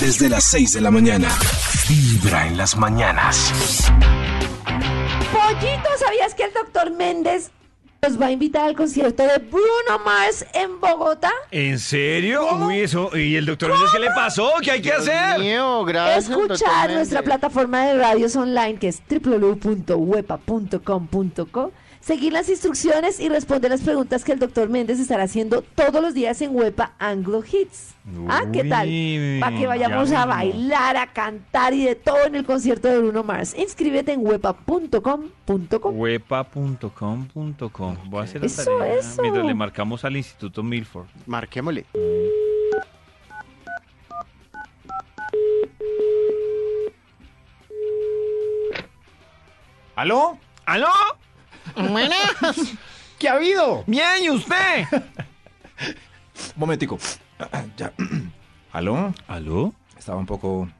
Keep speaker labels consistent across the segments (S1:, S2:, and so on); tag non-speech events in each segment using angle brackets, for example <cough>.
S1: desde las 6 de la mañana. Vibra en las mañanas.
S2: Pollito, ¿sabías que el doctor Méndez nos va a invitar al concierto de Bruno Mars en Bogotá?
S3: ¿En serio? Uy, eso. ¿Y el doctor Méndez qué le pasó? ¿Qué hay que hacer?
S4: Mío,
S3: Ah,
S4: gracias,
S2: Escuchar
S4: doctor
S2: nuestra
S4: Méndez.
S2: plataforma de radios online que es www.huepa.com.co. Seguir las instrucciones y responder las preguntas que el doctor Méndez estará haciendo todos los días en Huepa Anglo Hits. ah, ¿qué tal?
S3: Uy,
S2: Para que vayamos
S3: ya
S2: a
S3: mismo.
S2: bailar, a cantar y de todo en el concierto de Bruno Mars. Inscríbete en huepa.com.com.
S5: Huepa.com.com. Voy a hacer la
S2: Eso,
S5: tarea
S2: eso.
S5: mientras le marcamos al Instituto Milford.
S4: Marquémosle.
S3: ¿Aló? ¿Aló?
S4: Buenas. <laughs> ¿Qué ha habido?
S3: Bien, ¿y usted?
S6: Momentico. <clears throat> Ya. ¿Aló?
S5: <laughs> ¿Aló?
S6: Estaba un poco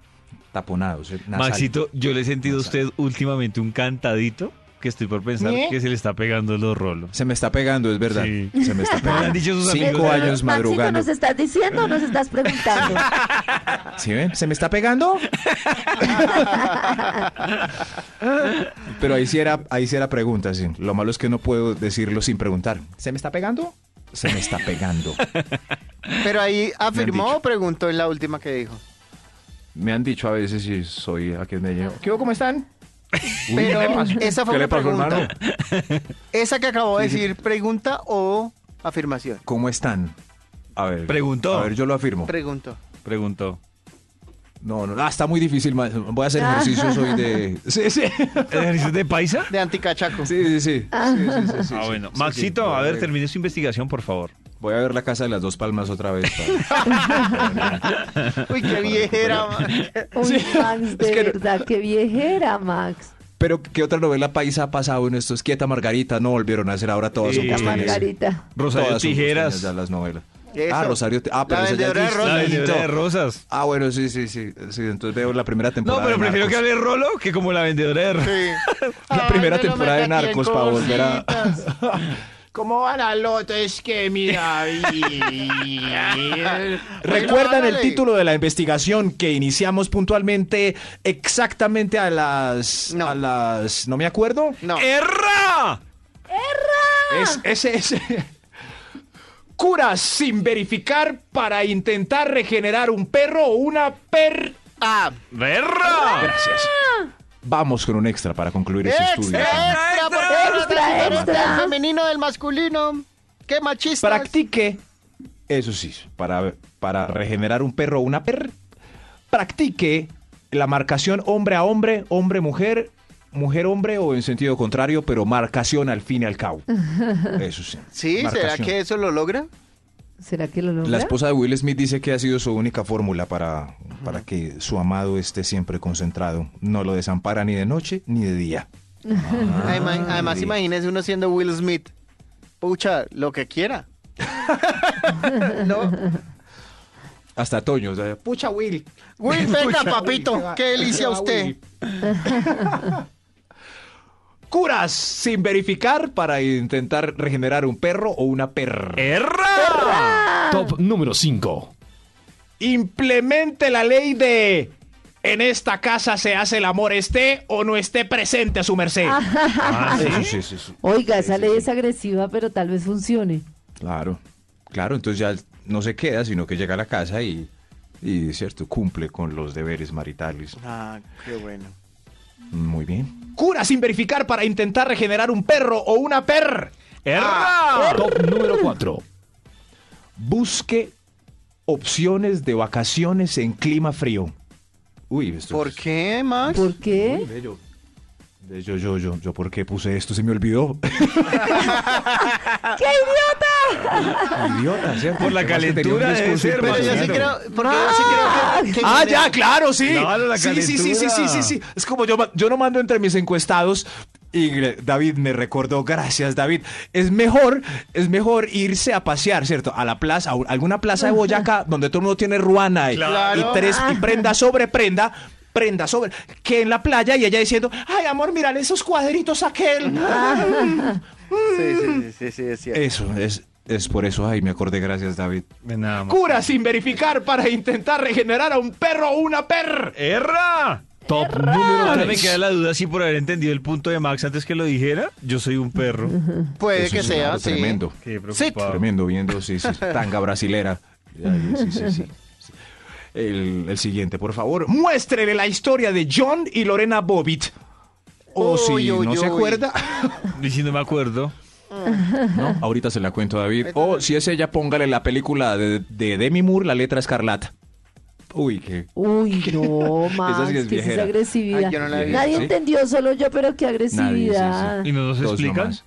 S6: taponado. ¿sí? Nasal.
S5: Maxito, yo le he sentido a
S6: Nasal.
S5: usted últimamente un cantadito que estoy por pensar
S4: ¿Eh?
S5: que se le está pegando los rolos.
S6: Se me está pegando, es verdad.
S5: Sí.
S6: Se
S5: <laughs>
S6: me está
S5: Me lo
S6: pegando.
S5: han dicho sus amigos.
S6: Cinco años
S2: Maxito,
S6: madrugando.
S2: ¿nos estás diciendo o nos estás preguntando?
S6: <laughs> ¿Sí ven? ¿Se me
S5: <laughs>
S6: está pegando? Pero ahí sí, era, ahí sí era pregunta, sí. Lo malo es que no puedo decirlo sin preguntar. ¿Se me está pegando? Se me está pegando.
S4: Pero ahí
S6: Me han
S4: afirmó
S6: dicho.
S4: o preguntó en la última que dijo.
S6: Me han dicho a veces si soy a quien me llevo. ¿Qué hubo? ¿Cómo están? Uy,
S4: Pero
S6: ¿qué le pasó?
S4: esa fue
S6: ¿Qué
S4: una
S6: le pasó,
S4: pregunta.
S6: hermano?
S4: Esa que acabo de decir, pregunta o afirmación.
S6: ¿Cómo están? A ver.
S5: Preguntó.
S6: A ver, yo lo afirmo.
S4: Pregunto.
S5: Preguntó.
S6: No, no, no, está muy difícil. ma- Voy a hacer ejercicios hoy de. Sí, sí.
S5: ¿Ejercicios de paisa?
S4: De anticachaco.
S6: Sí, sí, sí. sí. sí, sí, sí,
S5: ah,
S6: sí.
S5: bueno.
S6: Sí,
S5: Maxito,
S6: sí.
S5: a ver, termine su investigación, por favor.
S6: Voy a ver la casa de las dos palmas otra vez. para-
S4: Uy, qué viejera. man.
S2: Uy, Max, de
S6: Es que no-
S2: verdad, qué viejera, Max.
S6: <laughs> Pero, ¿qué otra novela paisa ha pasado en estos? Quieta Margarita, no volvieron a hacer ahora todas
S5: Sí,
S6: son
S2: La
S5: sí,
S6: costeñas.
S2: Margarita.
S5: Rosario
S6: Todas son
S5: Tijeras.
S6: costeñas ya las novelas.
S4: Eso.
S6: Ah, Rosario. Ti- Ah, pero
S4: La
S6: esa ya
S4: vendedora de
S6: es
S4: rosas.
S5: La vendedora de
S6: distinto.
S5: rosas.
S6: Ah, bueno, sí, sí, sí, sí. Entonces veo la primera temporada.
S5: No, pero
S6: de
S5: prefiero que
S6: Narcos.
S5: hable Rolo que como la vendedora de rosas.
S4: Sí.
S6: La
S4: Ay,
S6: primera
S4: me lo
S6: temporada de
S4: metí aquí en
S6: Narcos para volver a.
S4: cositas. ¿Cómo van al loto? Es que mira.
S6: <laughs> <laughs> ¿Recuerdan el título de la investigación que iniciamos puntualmente exactamente a las...
S4: No.
S6: No, a las, ¿no me acuerdo.
S4: No.
S5: ¡Erra!
S6: Es ese, ese. Curas sin verificar para intentar regenerar un perro o una per...
S4: Ah,
S5: ¡Erra!
S6: Gracias. Vamos con un extra para concluir ese
S4: extra,
S6: estudio.
S4: extra, porque
S2: Extra,
S4: ahora está
S2: extra.
S4: el femenino del masculino. Qué machista.
S6: Practique, eso sí, para, para regenerar un perro o una per, practique la marcación hombre a hombre, hombre-mujer, mujer-hombre o en sentido contrario, pero marcación al fin y al <laughs> cabo. Eso sí.
S4: Sí, ¿será
S6: marcación.
S4: que eso lo logra?
S2: ¿Será que lo logra?
S6: La esposa de Will Smith dice que ha sido su única fórmula para, para que su amado esté siempre concentrado. No lo desampara ni de noche ni de día.
S4: Además, además, imagínese uno siendo Will Smith. Pucha, lo que quiera. no.
S6: Hasta Toño. o sea, Pucha Will.
S4: Will, venga,
S6: Pucha, Will,
S4: papito.
S6: va-
S4: Qué delicia
S6: va
S4: usted.
S6: Will. <laughs> Curas sin verificar para intentar regenerar un perro o una perra.
S5: ¿Er? ¡Erra!
S2: Ah.
S1: Top número 5.
S6: Implemente la ley de en esta casa se hace el amor esté o no esté presente a su merced.
S5: Ah, ¿sí?
S6: <laughs> Sí, sí, sí.
S2: Oiga, esa ley es agresiva, pero tal vez funcione.
S6: Claro, claro, entonces ya no se queda, sino que llega a la casa y, y cierto, cumple con los deberes maritales.
S4: Ah, qué bueno.
S6: Muy bien. Cura sin verificar para intentar regenerar un perro o una per. Ah,
S5: ¡Erra!
S1: Top número 4.
S6: Busque opciones de vacaciones en clima frío. Uy, esto
S4: ¿Por
S6: es-
S4: qué, Max?
S2: ¿Por qué?
S6: Yo, yo, yo, yo, ¿por qué puse esto? Se me olvidó.
S2: ¡Qué idiota!
S6: <laughs> Idiota, ¿cierto?
S5: Por la
S6: Además que tenía un
S5: calentura debe
S6: discurso
S5: ser,
S4: Pero yo sí
S5: Maxito.
S4: creo, porque yo sí creo que, que
S6: Ah,
S4: genera-
S6: ya, claro, sí.
S5: Claro, la
S6: sí, sí, sí, sí, sí,
S5: calentura.
S6: sí, sí. Es como yo, ma- yo no mando entre mis encuestados. Y gre- David me recordó, gracias David. Es mejor, es mejor irse a pasear, ¿cierto? A la plaza, a un- alguna plaza de Boyacá donde todo el mundo tiene ruana y,
S4: Claro.
S6: y tres y prenda sobre prenda, prenda sobre, que en la playa y ella diciendo, ay amor, mirale esos cuadritos aquel. Eh,
S4: Sí, sí, sí, sí, sí, es cierto.
S6: Eso es Es por eso, ay, me acordé, gracias, David.
S3: De nada más.
S6: Cura sin verificar para intentar regenerar a un perro o una per.
S3: ¡Erra!
S6: Top número
S3: Ahora me
S6: tres.
S3: queda la duda si por haber entendido el punto de Max antes que lo dijera, yo soy un perro.
S4: Puede
S6: Eso
S4: que
S6: es
S4: sea,
S6: algo
S4: sí.
S6: Tremendo.
S3: Qué
S4: Sí.
S3: preocupado.
S6: Tremendo viendo, sí, sí, tanga brasilera. Ay, sí, sí, sí. El, el siguiente, por favor. Muéstrele la historia de John y Lorena Bobbitt. O
S4: Uy,
S6: si
S4: uy,
S6: no se
S4: uy. <laughs>
S6: acuerda,
S3: Y si no me acuerdo.
S6: ¿no? ahorita se la cuento David. O si es ella, póngale la película de, de Demi Moore, La letra escarlata. Uy, qué. <laughs>
S2: Uy, no, Max,
S6: sí
S2: que
S6: es
S2: es esa
S6: viejera.
S2: agresividad.
S4: Ay, yo no la vi.
S2: Nadie
S6: ¿Sí?
S2: entendió, solo yo, pero qué
S6: Nadie, sí,
S2: agresividad.
S6: sí.
S3: ¿Y no nos
S6: Dos
S3: explican?
S6: nomás.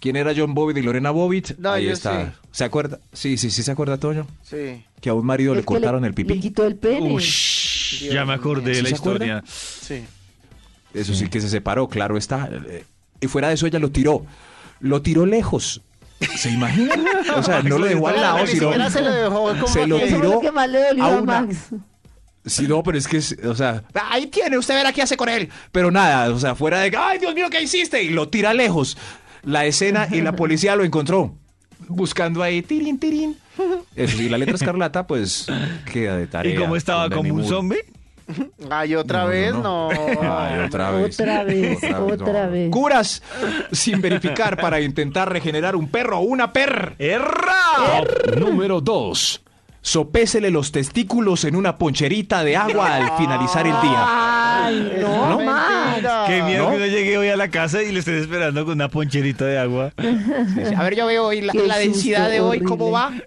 S6: ¿Quién era John Bobbitt y Lorena Bobbitt?
S4: No,
S6: Ahí
S4: yo
S6: está.
S4: sí.
S6: ¿Se acuerda? Sí, sí, sí, se acuerda, Toño.
S4: Sí.
S6: Que a un marido
S2: El
S6: le
S2: que
S6: cortaron el pipí.
S2: Le quitó el pene.
S3: Ush,
S4: Dios
S3: ya me acordé
S4: mío.
S3: de la
S6: ¿Sí se
S3: historia.
S6: acuerda?
S4: Sí.
S6: Eso sí que se separó, claro está. Eh, Y fuera de eso ella lo tiró. Lo tiró lejos. ¿Se imaginan? O sea, no lo dejó al lado,
S4: Ni
S6: sino...
S4: siquiera se lo dejó como
S6: Se lo
S4: que-
S2: Eso fue
S6: tiró
S2: lo que más le dolió
S6: a
S2: a,
S6: una-
S2: Max.
S6: Sí, no, pero es que, es- o sea... Ahí tiene, usted verá qué hace con él. Pero nada, o sea, fuera de... ¡Ay, Dios mío, qué hiciste! Y lo tira lejos. La escena y la policía lo encontró. Buscando ahí, tirín, tirín. Eso sí, la
S3: <laughs>
S6: letra escarlata, pues, queda de tarea.
S3: ¿Y cómo estaba?
S6: con Demi
S3: ¿Como un
S6: Moore.
S3: zombie?
S4: Ay, otra vez, no.
S6: <laughs> Ay, otra vez.
S2: Otra vez, otra vez.
S6: Curas sin verificar para intentar regenerar un perro o una per.
S3: ¡Erra!
S6: Número 2. Sopésele los testículos en una poncherita de agua al finalizar el día.
S2: Ay,
S4: Es
S2: no,
S4: mentira.
S2: Max.
S3: Qué miedo
S6: Ah, ¿no?
S3: que no llegue hoy a la casa y le estés esperando con una poncherita de agua.
S7: A ver, yo veo hoy la,
S2: Qué
S7: la densidad
S2: susto
S7: de hoy, ¿cómo va?
S2: horrible.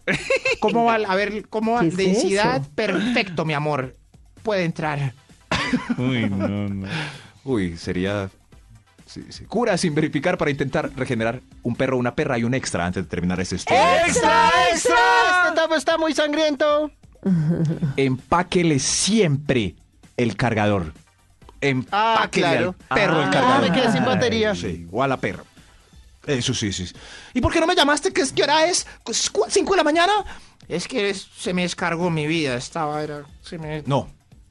S7: ¿Cómo va? A ver, ¿cómo va?
S2: ¿Qué es
S7: Densidad,
S2: eso?
S7: perfecto, mi amor. Puede entrar.
S3: Uy, no, no.
S6: Uy, sería... sí, sí. Curas sin verificar para intentar regenerar un perro o una perra y un extra antes de terminar este estudio.
S4: ¡Extra, extra! Este tapo está muy sangriento.
S6: Empáquele siempre el cargador.
S4: Ah,
S6: Empáquele
S4: claro.
S6: al perro
S4: Ah,
S6: el cargador.
S4: me quedé sin batería.
S6: Sí, o a la perra. Eso sí, sí. sí.
S7: ¿Y por qué no me llamaste? ¿Qué, es- qué hora es? ¿Cu- ¿Cinco de la mañana? Es que es- se me descargó mi vida. Estaba, era, se me...
S6: No,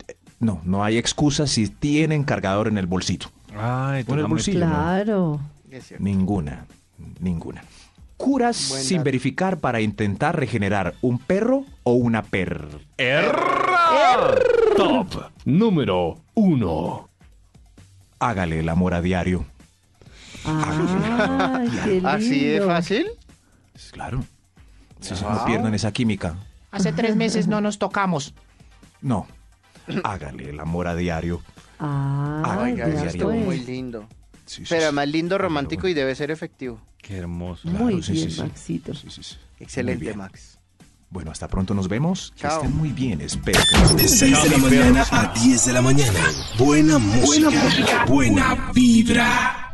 S6: eh, no, no hay excusa si tienen cargador en el bolsito.
S3: Ay,
S6: Bueno, el
S3: toca
S6: bolsillo. <laughs>
S2: Claro.
S4: Es cierto.
S6: Ninguna, ninguna. Curas
S4: Buen
S6: sin
S4: dato.
S6: verificar para intentar regenerar un perro o una per.
S8: Top número 1.
S6: Hágale el amor a diario.
S2: Ay, qué lindo.
S4: ¿Así de fácil?
S6: Claro. Si se no pierdan esa química.
S7: Hace tres meses no nos tocamos.
S6: No. Hágale el amor a diario.
S2: Ah,
S6: Ay,
S4: Oiga,
S2: ya
S4: eso
S6: diario.
S4: estuvo
S2: pues.
S4: muy lindo.
S6: Sí, sí,
S4: Ah, Pero
S6: sí.
S4: más lindo, romántico y debe ser efectivo.
S3: Qué hermoso.
S6: Claro,
S2: Muy
S6: sí,
S2: bien,
S6: sí, sí.
S2: Maxito.
S6: Sí, sí, sí. Muy
S4: Excelente,
S6: bien.
S4: Max.
S6: Bueno, hasta pronto nos vemos. Que
S4: Chao.
S6: estén muy bien, espero que...
S1: De 6 de la mañana a 10 de la mañana. Buena música. Buena vibra.